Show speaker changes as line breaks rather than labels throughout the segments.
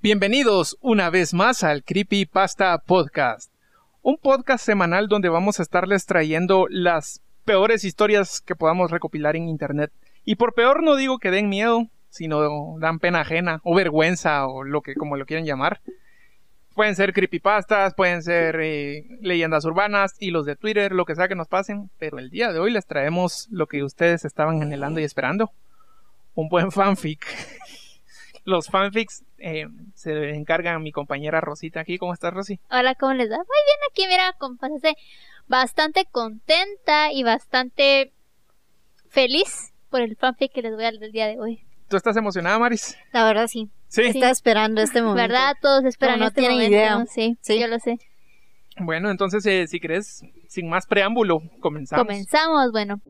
Bienvenidos una vez más al Creepy Pasta Podcast, un podcast semanal donde vamos a estarles trayendo las peores historias que podamos recopilar en internet. Y por peor no digo que den miedo, sino dan pena ajena o vergüenza o lo que como lo quieran llamar. Pueden ser creepypastas, pueden ser eh, leyendas urbanas y los de Twitter, lo que sea que nos pasen, pero el día de hoy les traemos lo que ustedes estaban anhelando y esperando, un buen fanfic. los fanfics eh, se encargan mi compañera Rosita aquí. ¿Cómo estás, Rosy?
Hola, ¿cómo les va? Muy bien, aquí mira, compásase bastante contenta y bastante feliz por el fanfic que les voy a dar el día de hoy.
¿Tú estás emocionada, Maris?
La verdad sí.
Sí.
Está esperando este momento.
¿Verdad? Todos esperan
No, no
este
tienen
momento.
idea.
Sí,
Sí.
yo lo sé.
Bueno, entonces, eh, si querés, sin más preámbulo, comenzamos.
Comenzamos, bueno.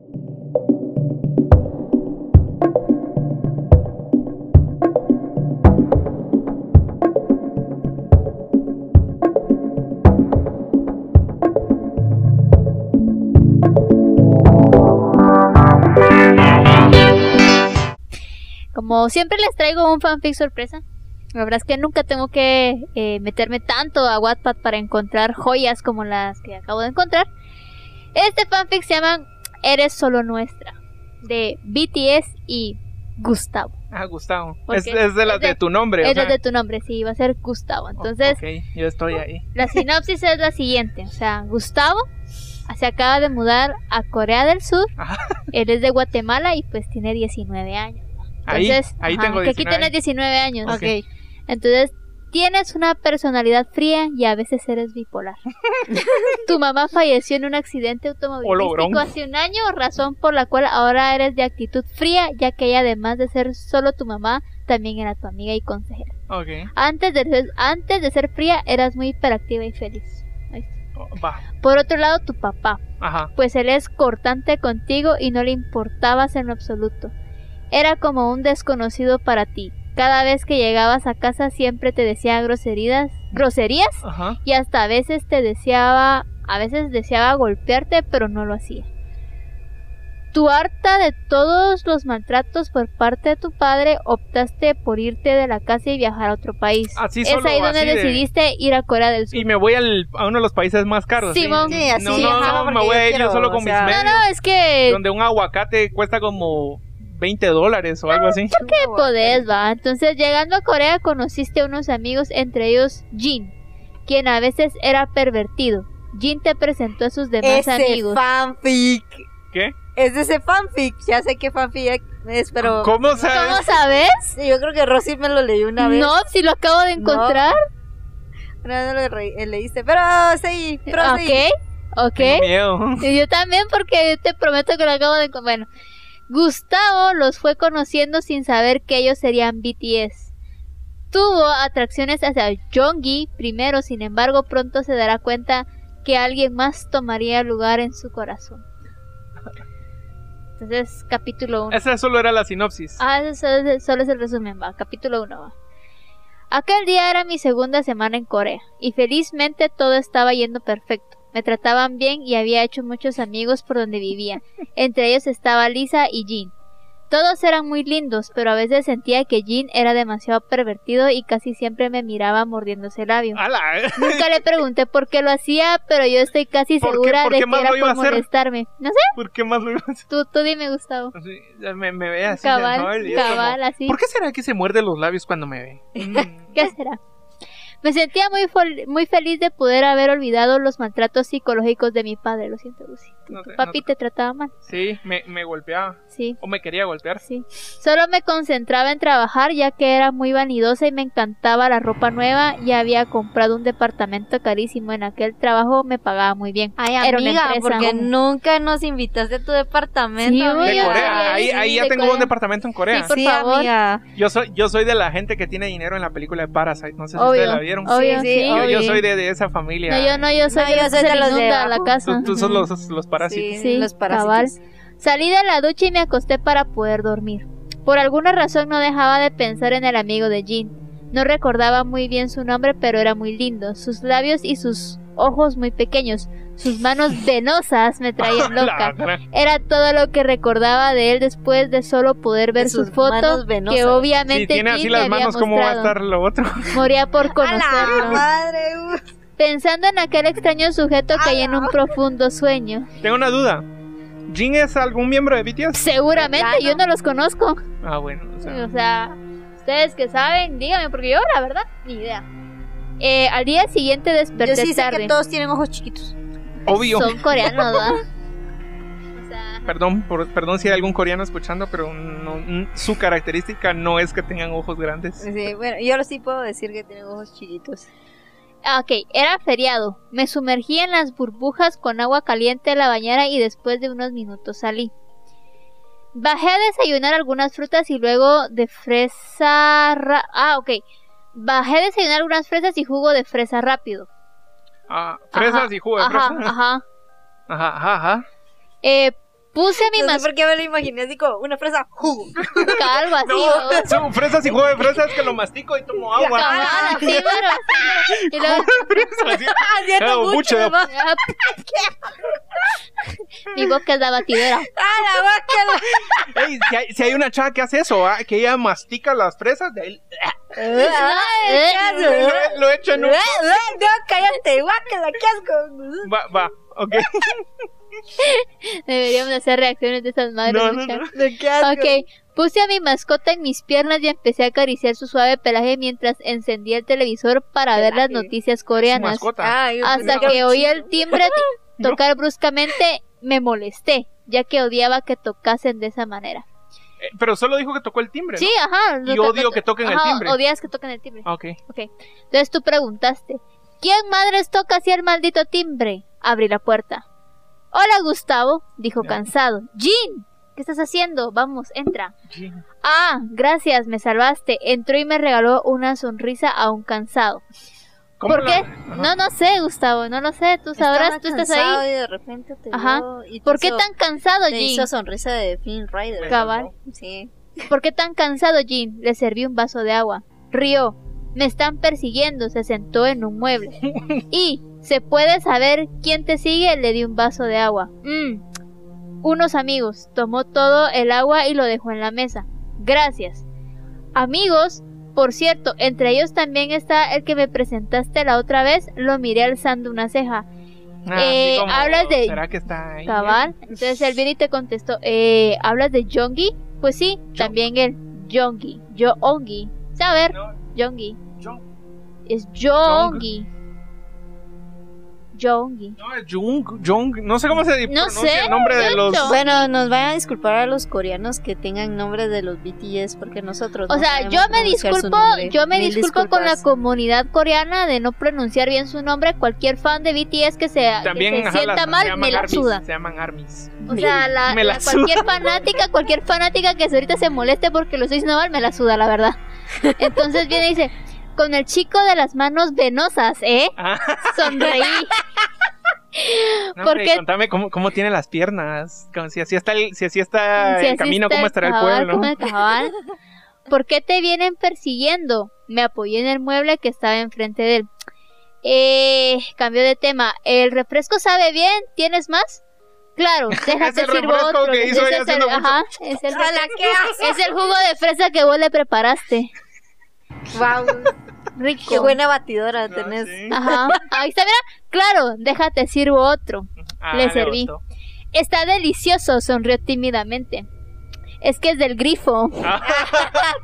Como siempre les traigo un fanfic sorpresa. La verdad es que nunca tengo que eh, meterme tanto a Wattpad para encontrar joyas como las que acabo de encontrar. Este fanfic se llama Eres solo nuestra de BTS y Gustavo.
Ah, Gustavo.
¿Por
Es,
qué?
es de las
Es de-
de, tu nombre. o
es
sea.
de tu nombre, sí, va a ser Gustavo.
O-
Entonces,
ok, yo estoy ahí.
la sinopsis es la siguiente, o sea, Gustavo se acaba de mudar a Corea del Sur.
Ajá.
Él es de Guatemala y pues tiene 19 años.
Ahí,
Entonces,
ahí
ajá,
tengo
que aquí
19.
tienes 19 años.
Ok.
Entonces, tienes una personalidad fría y a veces eres bipolar. tu mamá falleció en un accidente
logrón.
automovilístico hace un año, razón por la cual ahora eres de actitud fría, ya que ella además de ser solo tu mamá, también era tu amiga y consejera.
Ok,
Antes de ser, antes de ser fría, eras muy hiperactiva y feliz. Ahí está.
oh, va.
Por otro lado, tu papá,
Ajá.
pues él es cortante contigo y no le importabas en lo absoluto. Era como un desconocido para ti. Cada vez que llegabas a casa siempre te decía groserías, groserías
Ajá.
y hasta a veces te deseaba, a veces deseaba golpearte, pero no lo hacía. Tu harta de todos los maltratos por parte de tu padre, optaste por irte de la casa y viajar a otro país.
Así
es
solo,
ahí donde
así de-
decidiste ir a Corea del Sur.
Y me voy al, a uno de los países más caros. sí.
Simón. Sí,
así,
No, no,
ajá,
no, me
porque
voy
yo
a ir yo
quiero,
solo
o
con
sea,
mis
No,
medios.
no, es que
Donde un aguacate cuesta como 20 dólares o algo así.
te podés, va. Entonces, llegando a Corea, conociste a unos amigos, entre ellos Jin, quien a veces era pervertido. Jin te presentó a sus demás
Ese
amigos.
fanfic.
¿Qué?
Es de ese fanfic. Ya sé qué fanfic es, pero
¿Cómo
¿Cómo
sabes?
sabes?
Sí, yo creo que Rosy me lo leyó una vez.
No, si lo acabo de
No.
encontrar.
Una vez me lo re- eh, leíste. Pero sí, pero sí.
Ok, ok.
Tengo miedo.
Y yo también porque te prometo que lo acabo de... encon- Bueno, Gustavo los fue conociendo sin saber que ellos serían BTS. Tuvo atracciones hacia Jongi primero, sin embargo pronto se dará cuenta que alguien más tomaría lugar en su corazón. Entonces, capítulo 1.
Esa solo era la sinopsis.
Ah, eso solo es, solo es el resumen, va, capítulo 1 va. Aquel día era mi segunda semana en Corea y felizmente todo estaba yendo perfecto. Me trataban bien y había hecho muchos amigos por donde vivía. Entre ellos estaba Lisa y Jin. Todos eran muy lindos, pero a veces sentía que Jin era demasiado pervertido y casi siempre me miraba mordiéndose el labio.
Ala.
Nunca le pregunté por qué lo hacía, pero yo estoy casi
¿Por qué-
segura
por
de
qué
que
más
era
lo iba a
por
hacer?
molestarme. No
¿Por qué más lo iba a hacer?
sé, tú, tú dime, Gustavo.
Así, ya Me, me ve así. ¿no?
Cabal,
Y es como,
cabal, así.
¿Por qué será que se muerde los labios cuando me ve? Mm.
¿Qué será? Pues Me sentía muy, fol- muy feliz de poder haber olvidado los maltratos psicológicos de mi padre. Lo siento, Lucy.
No sé, no
Papi te trataba mal.
Sí, me, me golpeaba.
Sí,
O me quería golpear.
sí. Solo me concentraba en trabajar ya que era muy vanidosa y me encantaba la ropa nueva. Ya había comprado un departamento carísimo. En aquel trabajo me pagaba muy bien.
Ay,
Era una
amiga,
empresa.
porque nunca nos invitaste a tu departamento.
Sí,
amiga.
De
Ay,
Corea. Ahí,
ay, sí,
ahí ya
de
tengo
Corea.
un departamento en Corea.
Sí, por
Sí,
favor.
amiga.
Yo soy, yo soy de la gente que tiene dinero en la película de Parasite. No sé si
Obvio,
ustedes la vieron.
Obvio,
Sí, sí,
Yo, yo
obvio.
soy de, de esa familia.
No, yo no, yo soy,
No, yo soy
se
de los de
inunda la
abajo.
casa.
Tú, tú sos los, los parásitos.
Sí,
Sí,
los parásitos.
Salí de la ducha y me acosté para poder dormir. Por alguna razón no dejaba de pensar en el amigo de Jin. No recordaba muy bien su nombre, pero era muy lindo. Sus labios y sus ojos muy pequeños. Sus manos venosas me traían
La
loca.
gran-
Era todo lo que recordaba de él después de solo poder ver
De
su
sus
foto,
manos venosas.
que obviamente
Si tiene así
Jim
las
le había
manos, ¿cómo va a
mostrado.
estar lo otro?
Moría por
¡A la
conocerlo.
madre! uh.
Pensando en aquel extraño sujeto, caí en un profundo sueño.
Tengo una duda. ¿Jin es algún miembro de BTS?
Seguramente
Plano.
yo no los conozco.
Ah, bueno. O sea,
O sea, ustedes que saben, díganme, porque yo la verdad, ni idea. Eh, al día siguiente desperté
Yo sí sé
tarde.
que todos tienen ojos chiquitos.
obvio.
Son coreanos, ¿verdad? O sea,
Perdón, por- perdón si hay algún coreano escuchando, pero no- n- su característica no es que tengan ojos grandes.
Sí, bueno, yo sí puedo decir que tienen ojos chiquitos.
ah, ok, era feriado. Me sumergí en las burbujas con agua caliente de la bañera y después de unos minutos salí. Bajé a desayunar algunas frutas y luego de fresa... ra- ah, ok. Bajé a desayunar algunas fresas y jugo de fresa rápido.
Ah, fresas
Ajá,
y jugo de
Ajá,
fresa.
ajá.
Ajá, ajá, ajá.
Eh, puse a mi
No sé
mascota,
por qué me lo imaginé así como una fresa jugo.
algo así. ¿no?
No, son fresas y jugo de fresas que lo mastico y tomo agua.
Cabal, así, pero así, Y luego,
Así.
Haciendo
Claro, mucho.
Ah, mucho. ¿no? ¡A
ah, mi boca es la batidera.
Ah, la guácala!
Ey, si, hay, si hay una chava que hace eso, ah, que ella mastica las fresas, de ahí
Eh,
Ah, ¡Qué asco! Eh,
lo, lo echa en un...
No, cállate, guácala, qué asco.
Va, va, ok.
Deberíamos hacer reacciones de esas madres.
No, no,
muchachos.
De qué asco.
Ok, puse a mi mascota en mis piernas y empecé a acariciar su suave pelaje mientras encendía el televisor para ver las
Pelaje.
noticias
Su
coreanas.
mascota.
Ay,
Hasta
no,
que oí
chido.
el timbre t-
No.
tocar bruscamente, me molesté, ya que odiaba que tocasen de esa manera.
Eh, pero solo dijo que tocó el timbre,
Sí, ajá.
Y odio que toquen el
ajá,
timbre.
Odias que toquen el timbre.
¿no? Ok.
Entonces tú preguntaste, ¿quién madres toca así el maldito timbre? Abrí la puerta. Hola Gustavo, dijo
Ya.
cansado. Jean, ¿qué estás haciendo? Vamos, entra.
Sí.
Ah, gracias, me salvaste. Entró y me regaló una sonrisa aún cansado.
¿Cómo
¿Por
la-
qué?
Ajá.
No, no sé, Gustavo, no lo sé. Tú sabrás,
Estaba
tú estás
cansado
ahí.
Y de repente te
Ajá.
vio y te
¿Por qué
hizo-
tan cansado,
Te hizo
Jean?
sonrisa de Flynn Rider.
Cabal.
Sí.
¿Por qué tan cansado, Jean? Le serví un vaso de agua. Rió. Me están persiguiendo. Se sentó en un mueble. Y, ¿se puede saber quién te sigue? Le di un vaso de agua. Mm. Unos amigos. Tomó todo el agua y lo dejó en la mesa. Gracias. Amigos, por cierto, entre ellos también está el que me presentaste la otra vez. Lo miré alzando una ceja.
Ah, sí,
Eh,
como,
hablas de-
¿Será que está ahí?
Cabal. Entonces él viene y te contestó, eh, ¿hablas de Yongi? Pues sí, también él, Yongi, yo Ongi. Saber,
No,
Yongi,
yo-
es Yongi. Yongi.
No, es Jung, Jung, no sé cómo se
No
pronuncia
sé,
el nombre de
Jungkook.
los...
Bueno, nos vayan a disculpar a los coreanos que tengan nombres de los BTS porque nosotros.
O
no
sea,
sabemos
yo me
pronunciar su
disculpo,
nombre.
yo me
Mil
disculpo con la
disculpas.
comunidad coreana de no pronunciar bien su nombre. Cualquier fan de BTS que se, que
También
se
ajá,
sienta
las- se
mal,
llaman
me la
ARMYs,
suda.
Se llaman armies.
O sea, la,
Me la
la- cualquier fanática, cualquier fanática que ahorita se moleste porque lo estoy diciendo mal, me la suda, la verdad. Entonces viene y dice, con el chico de las manos venosas, ¿eh?
Ah,
Sonreí.
no,
¿Por
hombre,
qué?
Contame cómo, cómo tiene las piernas. Como si así está el, si así está
Si
el
así
Ah, camino,
está
cómo estará el
cabal,
pueblo.
cómo el cabal. ¿Por qué te vienen persiguiendo? Me apoyé en el mueble que estaba enfrente de él. Eh, cambio de tema. ¿El refresco sabe bien? ¿Tienes más? Claro, déjate
el
sirvo
refresco
otro.
que hizo
Ese
ella
es el,
haciendo mucho.
ajá, es el
¡Hala, qué asco!
Es el jugo de fresa que vos le preparaste.
Guau,
Rico.
Qué buena batidora
Ah,
tenés.
sí.
Ajá. Ahí está, mira. Claro, déjate, sirvo otro.
Ah,
le serví.
gustó.
Está delicioso, sonrió tímidamente. Es que es del grifo.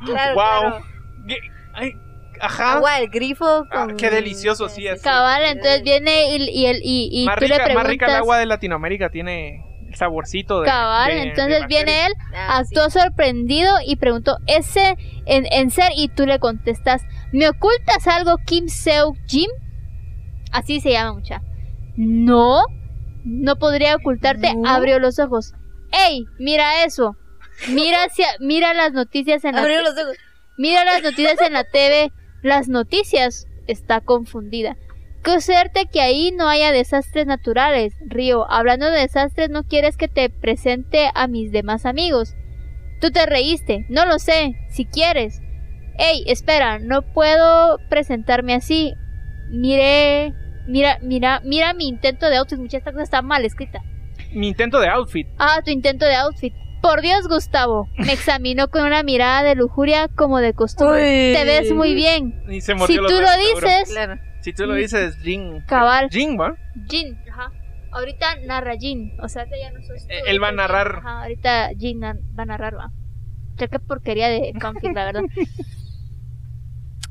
Claro,
Guau.
claro.
Qué- ay, ajá.
Agua del grifo.
Ah,
Con...
qué delicioso, sí, es.
Cabal, entonces viene y, y, el- y, y
más,
tú
rica,
le preguntas.
más rica el agua de Latinoamérica tiene el saborcito de.
Cabal,
de- de
entonces viene él,
Ah, sí.
actuó sorprendido y preguntó, ¿ese en, en ser? Y tú le contestas, ¿me ocultas algo, Kim Seok Jim? Así se llama mucha. No, no podría ocultarte.
No.
Abrió los ojos. ¡Ey, mira eso! Mira hacia, mira las noticias en la,
Abrió los ojos.
mira las noticias en la TV. Las noticias está confundida. Qué suerte que ahí no haya desastres naturales, Río. Hablando de desastres, ¿no quieres que te presente a mis demás amigos? Tú te reíste, no lo sé, si quieres. Ey, espera, no puedo presentarme así. Mire, Mira, mira, mira mi intento de outfit. Mucha esta cosa está mal escrita.
Mi intento de outfit.
Ah, tu intento de outfit. Por Dios, Gustavo. Me examinó con una mirada de lujuria como de costumbre.
Uy.
Te ves muy bien.
Y se
Si
mordió
tú
los
lo
labios, seguro.
dices,
Claro.
Si tú lo dices, Jin.
cabal.
Jin, ¿va?
Jin. Ajá. Ahorita narra Jin. O sea, que ya no sos tú,
Eh, él va a
ahorita
narrar.
Jin. Ajá, ahorita Jin na- va a narrar, va. Ya qué porquería de config, la verdad.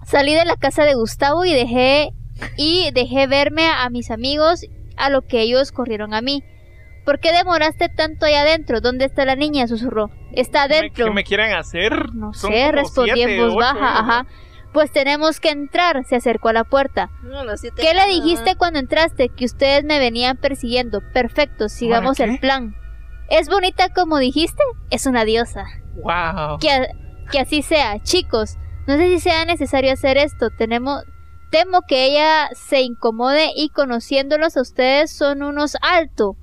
Salí de la casa de Gustavo y dejé y dejé verme a mis amigos a lo que ellos corrieron a mí. ¿Por qué demoraste tanto ahí adentro? ¿Dónde está la niña? susurró. Está adentro. Ah,
¿Qué me quieren hacer?
No
Son
sé,
como
respondí en
siete,
voz
ocho,
baja,
¿eh?
ajá. Pues tenemos que entrar, se acercó a la puerta.
No, los siete
¿Qué le
años,
dijiste cuando entraste? Que ustedes me venían persiguiendo. Perfecto, sigamos
¿Para qué?
el plan. ¿Es bonita como dijiste? Es una diosa.
Wow.
Que, a- que así sea, chicos. No sé si sea necesario hacer esto. Tenemos, temo que ella se incomode y conociéndolos a ustedes son unos alto.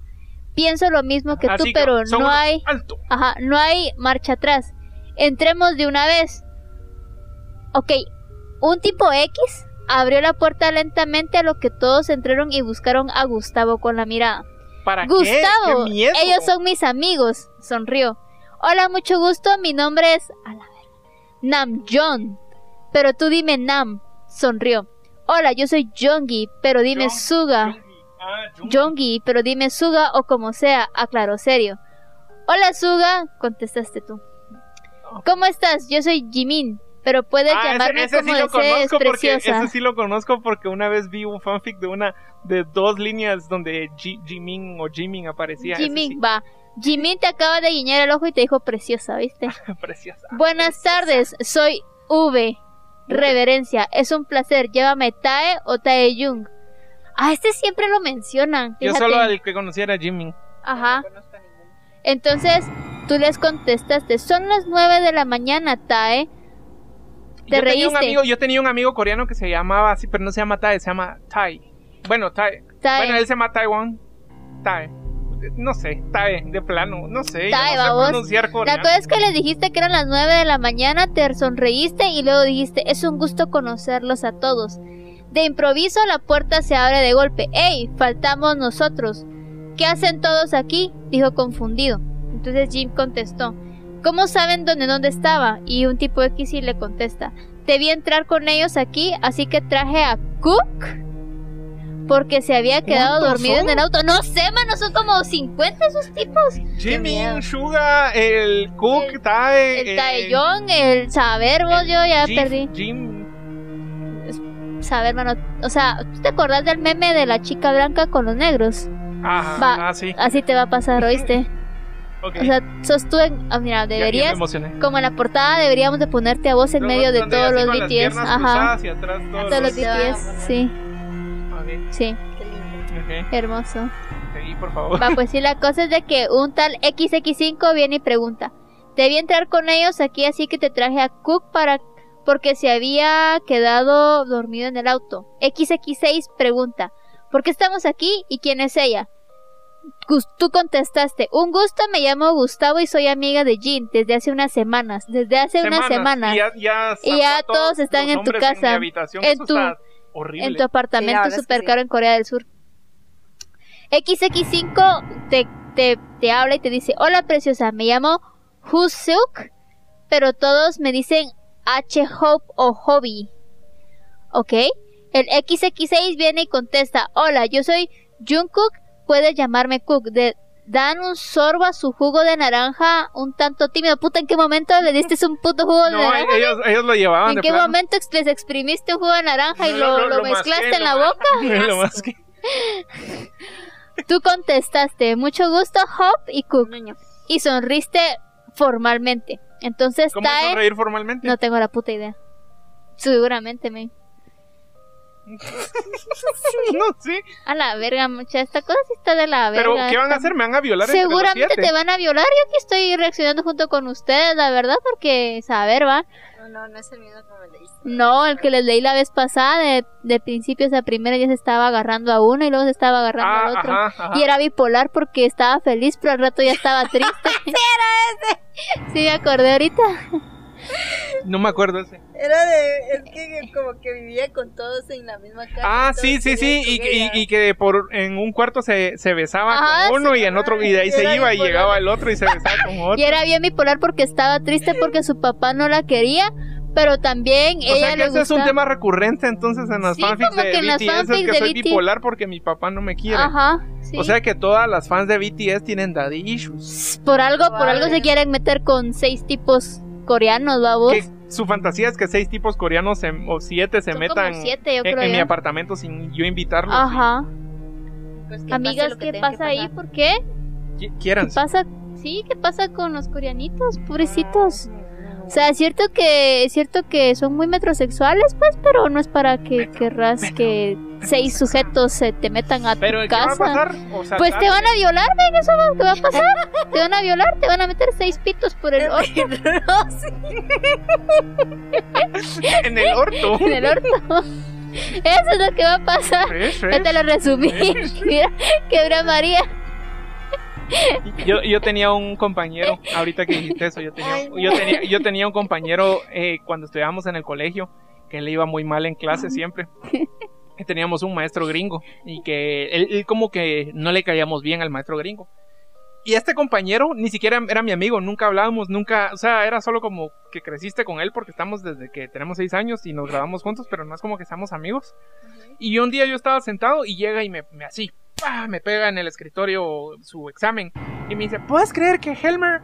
Pienso lo mismo que tú,
Así
pero
son
no
unos
hay.
Alto.
Ajá, no hay marcha atrás. Entremos de una vez. Ok, un tipo X abrió la puerta lentamente a lo que todos entraron y buscaron a Gustavo con la mirada.
¿Para qué?
Gustavo,
qué? miedo!
ellos son mis amigos, sonrió. Hola, mucho gusto, mi nombre es... A la verga. Nam John. Pero tú dime Nam, sonrió. Hola, yo soy Jongi, pero dime
Jong-
Suga.
Ah,
Jongi, pero dime Suga o como sea, aclaró serio. Hola Suga, contestaste tú. ¿Cómo estás? Yo soy Jimin, pero puedes
Oh. Ah,
llamarme como desees,
porque
preciosa.
ese sí lo conozco porque una vez vi un fanfic de una de dos líneas donde Ji- Jimin o Jimin aparecía. ese
Jimin,
sí,
va. Jimin te acaba de guiñar el ojo y te dijo preciosa, ¿viste?
preciosa.
Buenas tardes, soy V. Reverencia, es un placer. Llévame Tae o Tae Jung. Ah, este siempre lo mencionan.
Yo
fíjate.
solo el que conocía era Jimin.
Ajá. Entonces, tú les contestaste, son las 9 de la mañana, Tae.
yo
Te
Tenía un
reíste.
amigo, yo tenía un amigo coreano que se llamaba así, pero no se llama Tae, se llama Tai. Bueno, Tai.
Tae,
Bueno, él se llama Taiwan. Tae. No sé, Tae, de plano. No sé. yo
Tae,
no sé
babos.
pronunciar
la
coreano.
cosa es que les dijiste que eran las 9 de la mañana, te sonreíste y luego dijiste, es un gusto conocerlos a todos. De improviso la puerta se abre de golpe. ¡Ey! Faltamos nosotros. ¿Qué hacen todos aquí? Dijo confundido. Entonces Jim contestó, ¿cómo saben dónde, dónde estaba? Y un tipo X y le contesta, te vi entrar con ellos aquí, así que traje a Cook porque se había quedado
¿Cuántos
dormido
son?
en el auto. No sé, mano, son como 50 esos tipos.
Jimin,
miedo.
Suga, el Cook,
El-
Tae.
El
eh,
taellón, el saber, vos,
el
yo ya
Jim-
perdí.
Jim,
Saber, mano. O sea, ¿tú te acordás del meme de la chica blanca con los negros?
Ajá,
Va.
ah, sí.
Así te va a pasar, ¿oíste?
ok.
O sea, sos tú en... ah, mira,
Ya- ya me
deberías...
emocioné.
Como en la portada deberíamos de ponerte a vos en
Donde-
medio de
donde
todos
así
los
con las
BTS.
piernas
Ajá.
cruzadas y atrás todos
Todos los
los-
Sí, te van a
BTS.
poner.
Sí,
Ok,
sí.
Ah, Qué lindo.
ok.
Hermoso.
Seguí, por favor.
Va, pues sí, la cosa es de que un tal XX5 viene y pregunta. Debí entrar con ellos aquí, así que te traje a Cook para porque se había quedado dormido en el auto. XX6 pregunta, ¿por qué estamos aquí y quién es ella? Gus- Tú contestaste, un gusto, me llamo Gustavo y soy amiga de Jean desde hace unas semanas, desde hace unas semanas,
Y ya, ya,
Y ya
sacó a
todos están
los
en tu
hombres
casa,
mi habitación,
en
eso
tu-
está horrible.
en tu apartamento
Sí, la verdad es que
súper
sí.
caro en Corea del Sur. XX5 te, te, te habla y te dice, hola preciosa, me llamo Husuk, pero todos me dicen H-Hope o Hobby. ¿Ok? El XX6 viene y contesta, hola, yo soy Jungkook, puedes llamarme Cook. De, dan un sorbo a su jugo de naranja un tanto tímido. Puta, ¿en qué momento le diste un puto jugo de
no,
naranja?
ellos, ellos lo llevaban
¿En
de
qué
plano.
momento ex- les exprimiste un jugo de naranja y
No,
lo, lo
masqué,
mezclaste en
lo
la
ma-
boca?
lo masqué.
Tú contestaste, mucho gusto, Hop y Cook,
Niño.
y sonriste formalmente. Entonces
¿Cómo es
Tae,
sonreír formalmente?
no tengo la puta idea. Seguramente me.
No, sí.
A la verga, mucha esta cosa sí está de la verga.
Pero, ¿qué van a
esta-
hacer? ¿Me van a violar entre los
Seguramente
siete?
te van a violar. Yo aquí estoy reaccionando junto con ustedes, la verdad, porque saber va.
No, no, no es el mismo como le diste.
No, el que les leí la vez pasada, de, de principios a primera ya se estaba agarrando a uno y luego se estaba agarrando
Ah,
al otro.
ajá, ajá.
Y era bipolar porque estaba feliz, pero al rato ya estaba triste. sí, me acordé ahorita.
No me acuerdo ese.
Era de. Es que como que vivía con todos en la misma casa.
Ah,
todos
sí, sí, sí,
vivían
y,
con
y-
ella.
y que por en un cuarto se, se besaba
Ajá,
con uno
sí,
y en otro, y de ahí
ajá,
se
era
iba y
bipolar.
llegaba el otro y se besaba con otro.
Y era bien bipolar porque estaba triste porque su papá no la quería, pero también
o
ella
sea que
le
ese es un
gustaba-
tema recurrente entonces en las
Sí,
fanfics
como
de
que en las
BTS es
fanfics
que
de
soy
BTS.
bipolar porque mi papá no me quiere.
Ajá, sí.
O sea que todas las fans de BTS tienen daddy issues.
por algo, por algo se
Vale.
quieren meter con seis tipos coreanos, babos.
Que su fantasía es que seis tipos coreanos se- o siete se
Son
metan
como siete, yo
en,
creo.
en mi
ya.
apartamento sin yo invitarlos.
Ajá.
Pues que pase
Amigas,
lo que
¿qué
tenga que
pasa ahí?
pasar.
¿Por qué?
Qui-
¿Qué
Quieran.
pasa? Sí, ¿qué pasa con los coreanitos? Pobrecitos. O sea, es cierto que es cierto que son muy metrosexuales, pues, pero no es para que querrás que seis sujetos se te metan a
Pero
tu
¿qué va a
casa.
pasar? O sea,
Pues te van a violar, ven, eso va- ¿qué va a pasar. Te van a violar, te van a meter seis pitos por el orto,
en el orto.
en el orto. Eso es lo que va a pasar.
¿Ves?
Ya
¿Ves?
te lo resumí. Mira, quebra María.
Yo, yo tenía un compañero, ahorita que dijiste eso, yo tenía,
Ay, no.
yo tenía, yo tenía un compañero eh, cuando estudiábamos en el colegio que le iba muy mal en clase siempre. Que Teníamos un maestro gringo y que él, él como que no le caíamos bien al maestro gringo. Y este compañero ni siquiera era mi amigo, nunca hablábamos, nunca, o sea, era solo como que creciste con él porque estamos desde que tenemos seis años y nos grabamos juntos, pero no es como que seamos amigos. Y un día yo estaba sentado y llega y me, me así, ¡pa! me pega en el escritorio su examen y me dice, ¿puedes creer que Helmer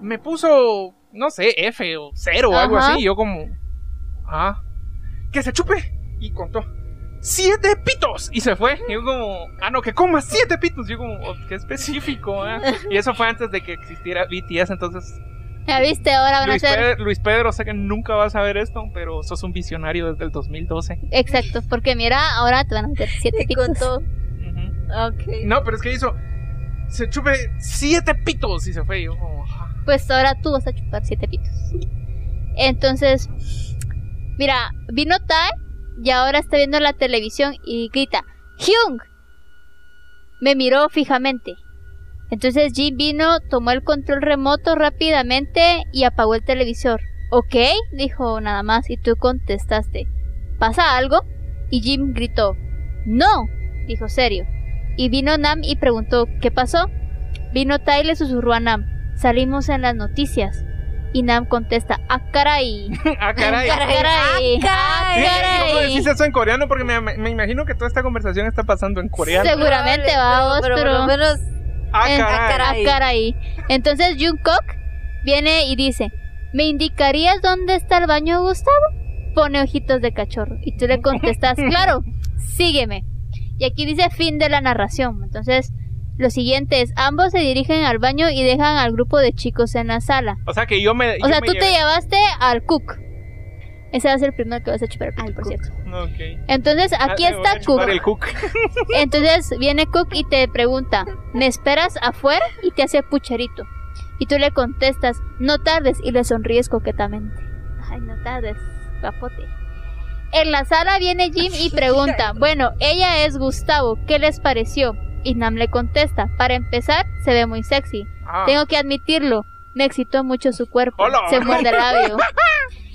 me puso, no sé, F o cero o algo
Ajá.
así? Y yo como, ah, que se chupe. Y contó, siete pitos. Y se fue. Y yo como, ah, no, que coma siete pitos. Y yo como, oh, qué específico. ah". Y eso fue antes de que existiera BTS, entonces
Ya viste, ahora van a
Luis,
ser.
Pedro- Luis Pedro, sé que nunca vas a ver esto, pero sos un visionario desde el 2012.
Exacto, porque mira, ahora te van a meter siete
Y
pitos.
con todo.
Ujú.
Ok.
No, pero es que hizo. Se chupe siete pitos y se fue. Y yo como, "Ah".
Pues ahora tú vas a chupar siete pitos. Entonces, mira, vino Tai y ahora está viendo la televisión y grita, ¡Hyung! Me miró fijamente. Entonces Jin vino, tomó el control remoto rápidamente y apagó el televisor. ¿Ok? Dijo nada más y tú contestaste, ¿pasa algo? Y Jim gritó, ¡No! Dijo serio. Y vino Nam y preguntó, ¿qué pasó? Vino Tai y le susurró a Nam, salimos en las noticias. Y Nam contesta, ¡ah, caray!
ah, caray.
¡Ah, caray! ¡Ah,
Sí, ¿Cómo
caray!
decís eso en coreano? Porque me, me imagino que toda esta conversación está pasando en coreano.
Seguro. Seguramente, vamos,
pero, por
pero-
lo menos
Ah,
En-
caray.
Ah,
Caray.
caray. Entonces Jungkook viene y dice, ¿me indicarías dónde está el baño, Gustavo? Pone ojitos de cachorro. Y tú le contestas, claro, sígueme. Y aquí dice fin de la narración. Entonces, lo siguiente es, ambos se dirigen al baño y dejan al grupo de chicos en la sala.
O sea que yo me.
O
yo
sea,
me
tú te
llevé-
llevaste al Cook. Ese va a ser el primero que vas a chupar, pito,
Al
por
Cook.
cierto.
Ok.
Entonces, aquí
Ah, me voy a
está Cook.
chupar el cook.
Entonces viene Cook y te pregunta, ¿me esperas afuera? Y te hace pucherito. Y tú le contestas, no tardes, y le sonríes coquetamente. Ay, no tardes, papote. En la sala viene Jim y pregunta, bueno, ella es Gustavo, ¿qué les pareció? Y Nam le contesta, para empezar, se ve muy sexy.
Ah,
Tengo que admitirlo, me excitó mucho su cuerpo.
Hola.
Se muerde el labio.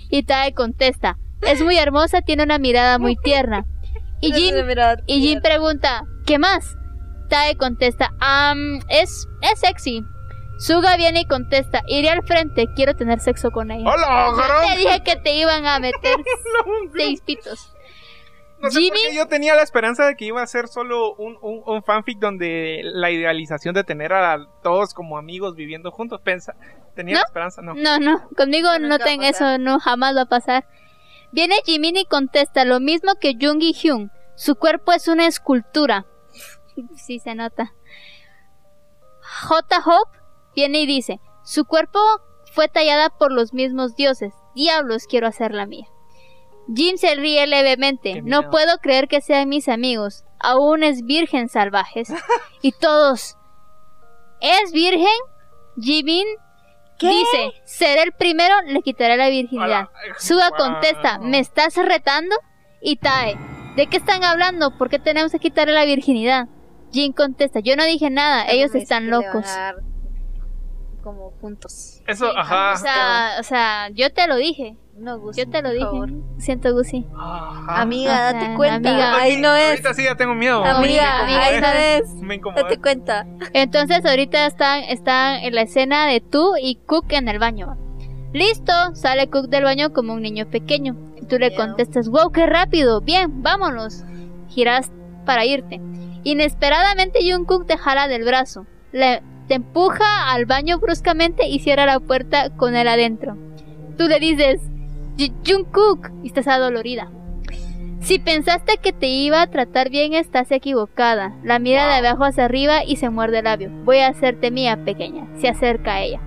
Y Tae contesta, es muy hermosa, tiene una mirada muy tierna. Y Jim
Esa mirada
y Jin
tierna.
pregunta, ¿qué más? Tae contesta, am, es, es sexy. Suga viene y contesta, iré al frente, quiero tener sexo con ella.
Hola,
Yo te
garón.
dije que te iban a meter seis pitos.
No sé por
Jimmy.
qué yo tenía la esperanza de que iba a ser solo un, un, un fanfic donde la idealización de tener a todos como amigos viviendo juntos. Pensa, tenía
¿No? Mm,
la esperanza, no.
No, no, conmigo
No,
no
nunca va a
tengo eso,
pasar.
no, jamás va a pasar. Viene Jimin y contesta lo mismo que Jung y Hyun. Su cuerpo es una escultura. Sí, se nota. J. Hope viene y dice, su cuerpo fue tallada por los mismos dioses. Diablos quiero hacer la mía. Jim se ríe levemente.
Qué
No
miedo.
puedo creer que sean mis amigos. Aún es virgen salvajes. y todos. ¿Es virgen? Jimin
¿Qué?
dice, seré el primero, le quitaré la virginidad.
Hola. Ah,
Suga
Wow.
contesta, ¿me estás retando? Y Tae, ¿de qué están hablando? ¿Por qué tenemos que quitarle la virginidad? Jin contesta, yo no dije nada, ellos
Pero
están
es que le van
locos.
a dar Como puntos.
Eso, ajá.
O sea, o sea, yo te lo dije.
No, Gusi.
Yo te lo
por
dije.
favor.
Siento Gusi.
Ajá.
Amiga,
O sea,
date cuenta.
amiga.
Ahí no es.
Ah. Ahorita sí ya tengo miedo.
Amiga,
Amiga,
ahí no es.
Me incomoda.
Date cuenta.
Entonces ahorita están, están en la escena de tú y Cook en el baño. Listo, sale Cook del baño como un niño pequeño. Y tú le
Miedo.
contestas, wow, qué rápido, bien, vámonos. Giras para irte. Inesperadamente Jungkook te jala del brazo. Le- te empuja al baño bruscamente y cierra la puerta con él adentro. Tú le dices, "J- Jungkook, y estás adolorida. Si pensaste que te iba a tratar bien, estás equivocada. La mira de abajo hacia arriba y se muerde el labio. Voy a hacerte mía, pequeña. Se acerca a ella.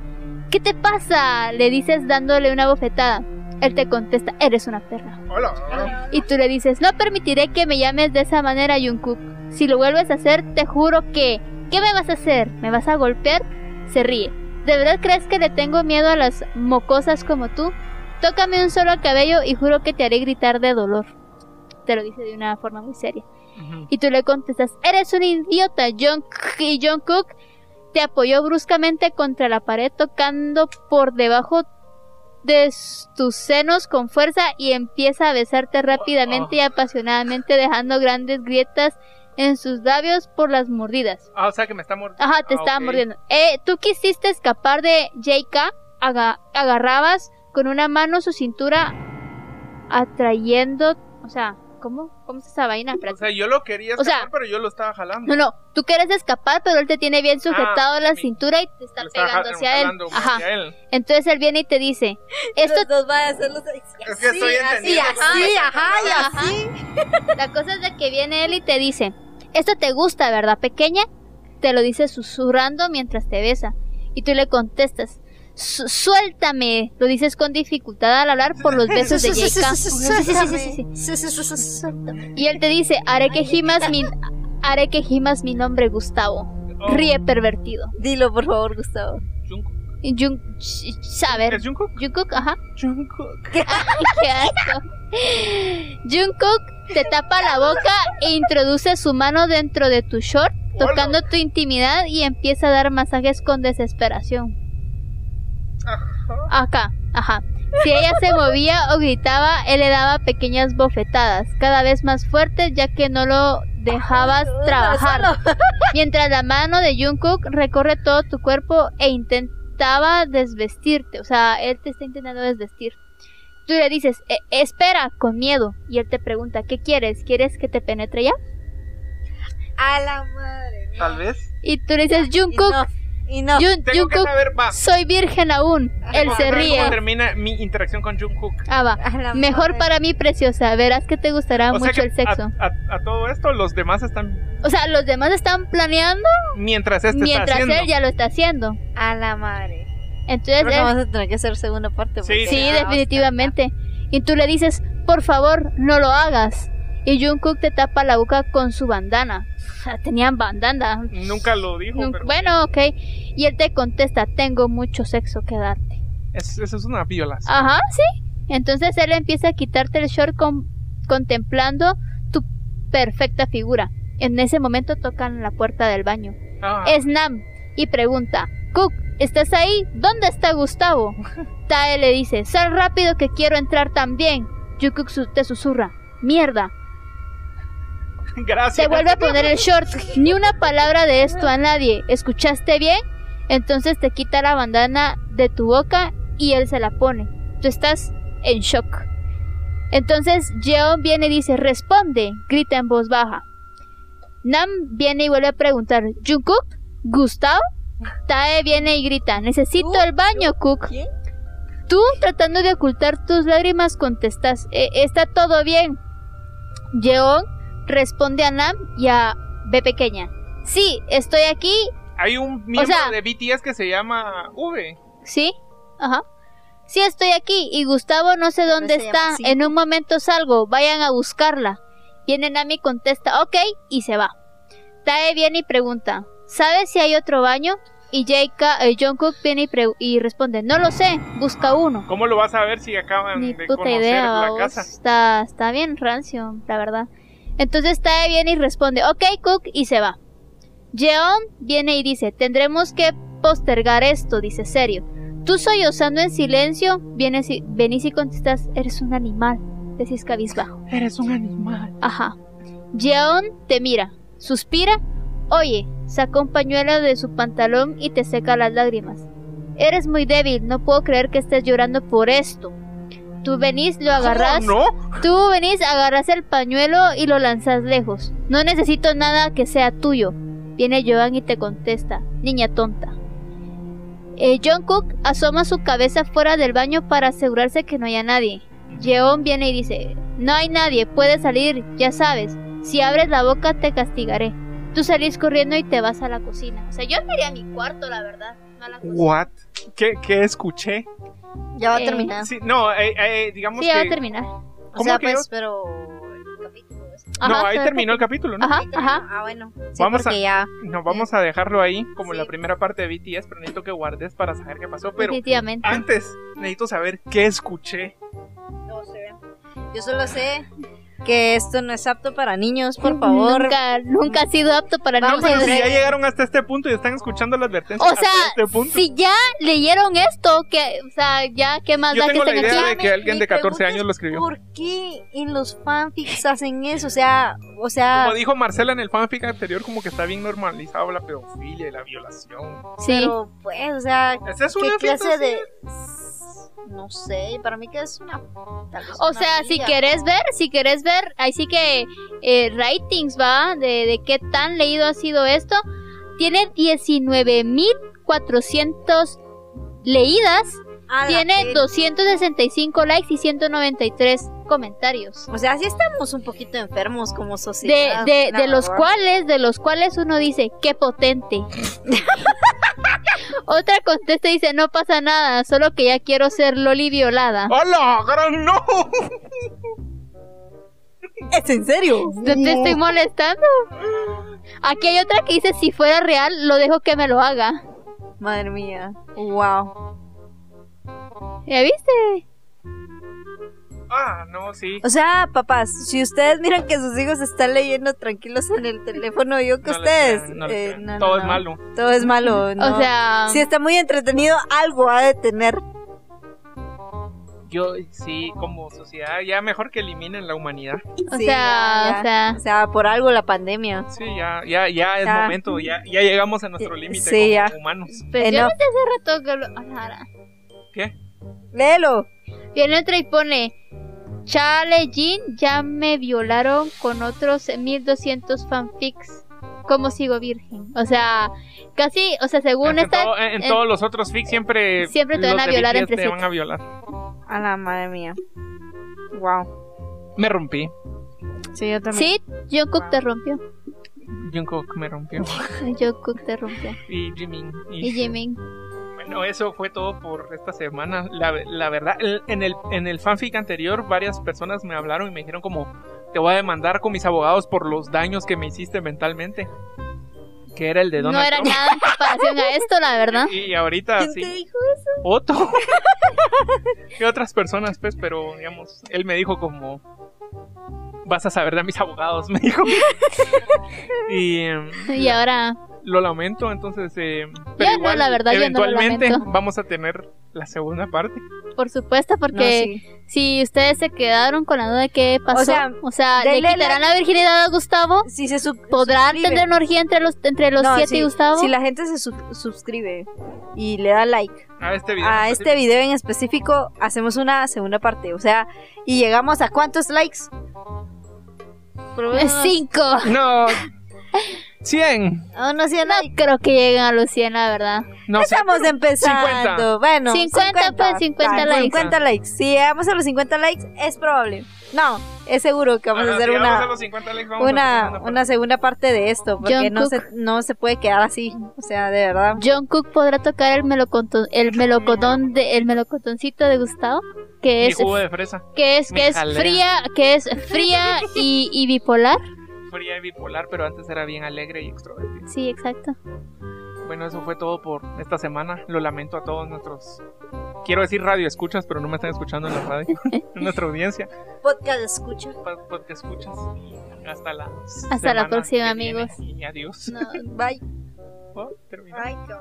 ¿Qué te pasa? Le dices dándole una bofetada. Él te contesta, eres una perra.
Hola.
Y tú le dices, no permitiré que me llames de esa manera, Jungkook. Si lo vuelves a hacer, te juro que... ¿Qué me vas a hacer? ¿Me vas a golpear? Se ríe. ¿De verdad crees que le tengo miedo a las mocosas como tú? Tócame un solo cabello y juro que te haré gritar de dolor. Te lo dice de una forma muy seria.
Ujú.
Y tú le contestas, eres un idiota, John C- y John Cook te apoyó bruscamente contra la pared tocando por debajo de s- tus senos con fuerza y empieza a besarte rápidamente y apasionadamente dejando grandes grietas en sus labios por las mordidas.
Ah, o sea que me está mordiendo.
Ajá, te
Ah,
estaba
ok.
mordiendo. Eh, tú quisiste escapar de JK, aga- agarrabas con una mano su cintura atrayendo, o sea, ¿cómo? ¿Cómo es esa vaina?
O sea, yo lo quería
O sea-
escapar, pero yo lo estaba jalando.
no, no, tú quieres escapar, pero él te tiene bien sujetado la
sí.
cintura y te está
Ah, Lo estaba
pegando
jal-
hacia él.
jalando
Ajá.
hacia él.
Entonces él viene y te dice, esto,
Los dos van a hacer los
Es que estoy
así,
entendiendo.
así, ajá, y
Ajá.
así.
la cosa es de que viene él y te dice, esto te gusta, ¿verdad, pequeña? Te lo dice susurrando mientras te besa. Y tú le contestas, "Su- suéltame, lo dices con dificultad al hablar por los besos de
Sí, sí, sí,
J.K.
sí, sí,
Sí, sí, sí, sí, sí.
sí, sí, sí, sí, sí.
Y él te dice, haré que gimas mi, haré que gimas mi nombre, Gustavo.
Oh,
Ríe pervertido.
Dilo, por favor, Gustavo.
Jungkook.
Y Jung, sh- sh- a ver,
¿Es Jungkook?
Jungkook, ajá.
Jungkook.
¡Qué asco! Jungkook te tapa la boca e introduce su mano dentro de tu short, tocando tu intimidad y empieza a dar masajes con desesperación. Acá, ajá. Si ella se movía o gritaba, él le daba pequeñas bofetadas, cada vez más fuertes ya que no lo dejabas
No,
trabajar.
solo-
Mientras la mano de Jungkook recorre todo tu cuerpo e intentaba desvestirte. O sea, él te está intentando desvestir. Tú le dices, "E- espera, con miedo. Y él te pregunta, ¿qué quieres? ¿Quieres que te penetre ya?
A la madre.
Tal vez.
Y tú le dices,
Y
Jungkook,
no, y no.
Tengo
Jun-
que
Jungkook,
saber más.
soy virgen aún.
Tengo
Él
que
se
saber ¿Cómo
ríe.
termina mi interacción con Jungkook?
Ah, va.
A la
Mejor
madre.
para mí, preciosa. Verás que te gustará
O sea
mucho
que
el sexo.
A, a- a todo esto, los demás están.
O sea, los demás están planeando
Mientras este está
mientras
haciendo.
él ya lo está haciendo.
A la madre.
Entonces
Pero no
él
vamos a tener que hacer segunda parte.
Sí,
porque
Sí,
ya vamos
definitivamente. Y tú le dices, por favor, no lo hagas. Y Jungkook te tapa la boca con su bandana. O sea, tenían bandana.
Nunca lo dijo.
Nun-
pero
Bueno, ok. Y él te contesta, tengo mucho sexo que darte.
es- Eso es una violación.
Ajá, sí. Entonces él empieza a quitarte el short con- contemplando tu perfecta figura. En ese momento tocan la puerta del baño.
Ah,
Es Nam y pregunta, Cook, ¿estás ahí? ¿Dónde está Gustavo? Tae le dice, sal rápido que quiero entrar también. Jungkook su- te susurra, mierda.
Ah, gracias.
Se vuelve a poner el short. Ni una palabra de esto a nadie. ¿Escuchaste bien? Entonces te quita la bandana de tu boca y él se la pone. Tú estás en shock. Entonces Jeon viene y dice, responde, grita en voz baja. Nam viene y vuelve a preguntar, ¿Jungkook? ¿Gustavo? Tae viene y grita, necesito el baño, Cook.
¿Quién?
Tú, tratando de ocultar tus lágrimas, contestas, "E- está todo bien. Jeon responde a Nam y a B pequeña. Sí, estoy aquí,
Hay un miembro
O sea-
de BTS que se llama V.
sí, ajá. Sí, estoy aquí y Gustavo no sé
Pero
dónde
se llama
está.
cinco.
En un momento salgo, vayan a buscarla. Viene Nami, contesta, ok, y se va. Tae viene y pregunta, ¿sabes si hay otro baño? Y J.K. eh, Jungkook viene y, pre- y responde, no lo sé, busca uno.
¿Cómo lo vas a ver si acaban
Ni
de
puta
conocer
idea,
la
babos.
casa?
Está, está bien rancio, la verdad. Entonces Tae viene y responde, ok Cook, y se va. Jeon viene y dice, tendremos que postergar esto, dice serio. Tú sollozando en silencio, vienes y, venís y contestas, eres un animal, decís cabizbajo.
Eres un animal.
Ajá. Yeon te mira, suspira, oye, saca un pañuelo de su pantalón y te seca las lágrimas. Eres muy débil, no puedo creer que estés llorando por esto. Tú venís, lo agarras,
¿Cómo no?
tú venís, agarras el pañuelo y lo lanzas lejos. No necesito nada que sea tuyo. Viene Joan y te contesta, niña tonta. Eh, John Cook asoma su cabeza fuera del baño para asegurarse que no haya nadie. Yeon viene y dice, no hay nadie, puedes salir, ya sabes. Si abres la boca te castigaré. Tú salís corriendo y te vas a la cocina. O sea, yo me iría a mi cuarto, la verdad. No a la cocina.
What? ¿Qué, qué escuché?
Ya va a
Eh,
terminar.
Sí, no, eh, eh, digamos
Sí, ya va a
que
terminar.
o
¿cómo
sea,
que
pues, pero el capítulo es-
no,
Ajá,
ahí
se ve
terminó el capítulo, ¿no?
Ajá,
Ahí termina.
ajá.
Ah, bueno. Sí,
Vamos a-
porque ya.
No, vamos a dejarlo ahí como
Sí.
la primera parte de BTS, pero necesito que guardes para saber qué pasó, pero
Definitivamente.
antes necesito saber qué escuché.
No sé. Yo solo sé que esto no es apto para niños, por favor.
Nunca, nunca ha sido apto para
No,
Vamos
niños.
pero
a
si ya
ver.
llegaron hasta este punto y están escuchando la advertencia
O
hasta este
sea,
punto.
si ya leyeron esto, que, o sea, ya, ¿qué más
Yo
da que
tengo la
estén
idea
aquí?
de que alguien
Mi
de 14
pregunta
años
es,
lo escribió.
¿Por qué en los fanfics hacen eso? O sea, o sea,
Como dijo Marcela en el fanfic anterior, como que está bien normalizado la pedofilia y la violación.
Sí.
pero pues, o sea,
Esa es
¿qué
una
clase
fantasía.
de no sé, para mí que es una tal vez
O
una
sea, si
liga.
querés ver, si querés ver, ahí sí que eh, ratings, ¿va? De, de qué tan leído ha sido esto. Tiene 19.400 leídas,
A la
tiene
que-
265 likes y 193 comentarios.
O sea, sí estamos un poquito enfermos como
De,
sociedad.
de,
la
de los
verdad.
cuales, de los cuales uno dice, qué potente. Otra contesta y dice, no pasa nada, solo que ya quiero ser Loli violada.
¡Hola! ¡Gran no!
¿Es en serio?
No te estoy molestando. Aquí hay otra que dice, si fuera real, lo dejo que me lo haga.
Madre mía. Wow.
¿Ya viste?
Ah, no, sí.
O sea, papás, si ustedes miran que sus hijos están leyendo tranquilos en el teléfono, yo que
No le
ustedes.
crean, no le
eh,
crean.
no, no,
Todo es
no.
malo.
Todo es malo. no.
O sea,
si está muy entretenido, algo ha de tener.
Yo, sí, como sociedad, ya mejor que eliminen la humanidad.
o
Sí,
sea,
ya,
o
ya.
sea.
O sea, por algo la pandemia.
Sí, ya, ya, ya es
Ya.
momento, ya, ya llegamos a nuestro
Sí,
límite
sí,
como
ya.
humanos.
Pero pues yo
Enough.
desde hace rato que lo- Ala, ala.
¿Qué?
Léelo.
Viene otra y pone, Chale Jean, ya me violaron con otros 1200 fanfics. ¿Cómo sigo virgen? O sea, casi, o sea, según
en,
esta...
todo- en
en-
todos los otros fics siempre,
Siempre te van
los
a
de
violar
BTS
entre
te
sí.
van a violar.
A la madre mía. Wow.
Me rompí.
Sí, yo también.
Sí, Jungkook te rompió.
Jungkook me rompió.
Jungkook te rompió.
Y Jimin. Y-
Y Jimin.
Bueno, eso fue todo por esta semana. La, la verdad, el- en el, en el fanfic anterior varias personas me hablaron y me dijeron como, te voy a demandar con mis abogados por los daños que me hiciste mentalmente. Que era el de
No
Donald
era
Trump.
nada en comparación a esto, la verdad.
Y, y ahorita
¿Quién
Ah, sí.
te dijo?
Otto. y otras personas, pues, pero digamos, él me dijo como, vas a saber de mis abogados, me dijo. y em,
Y ahora
lo lamento, entonces, em, pero
Yo no,
igual,
la verdad, yo no lo
eventualmente
lamento.
vamos a tener la segunda parte.
Por supuesto, porque
No, sí.
si ustedes se quedaron con la duda de qué pasó, o sea,
sea,
le
denle
quitarán la virginidad a Gustavo,
Si se sub-
podrán
suscriben.
tener una orgía entre los entre los
No,
siete
sí,
y Gustavo.
Si la gente se sub- suscribe y le da like
A este video.
a
en
este video en específico, hacemos una segunda parte. O sea, y llegamos a cuántos likes? Por lo
Eh,
menos
Cinco.
específico. No. 100.
A unos 100
No
likes.
creo que lleguen a los 100, la verdad.
No sé.
Estamos empezando.
50.
Bueno,
50, pues, 50
Ah,
likes.
50 likes. Si llegamos a los 50 likes, es probable. No, es seguro que vamos
Ajá,
a hacer
si llegamos
una,
a los 50 likes, vamos a hacer
una,
parte.
una segunda parte de esto, porque
John
no
Cook.
se, no se puede quedar así. O sea, de verdad.
John Cook podrá tocar el melocotón, el melocotón de, el melocotoncito de Gustavo, que
Mi
es
jugo de fresa.
que es
me
que es
jalea.
fría, que es fría y, y bipolar.
Fría y bipolar, pero antes era bien alegre y extrovertido.
Sí, exacto.
Bueno, eso fue todo por esta semana. Lo lamento a todos nuestros. Quiero decir radio escuchas, pero no me están escuchando en la radio. en nuestra audiencia.
Podcast escucha.
Pa- Podcast escuchas. Y Hasta la.
la
semana
próxima,
que viene.
amigos.
Y adiós.
Bye.
Oh, terminó.
Ay, qué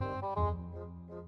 barbaridad.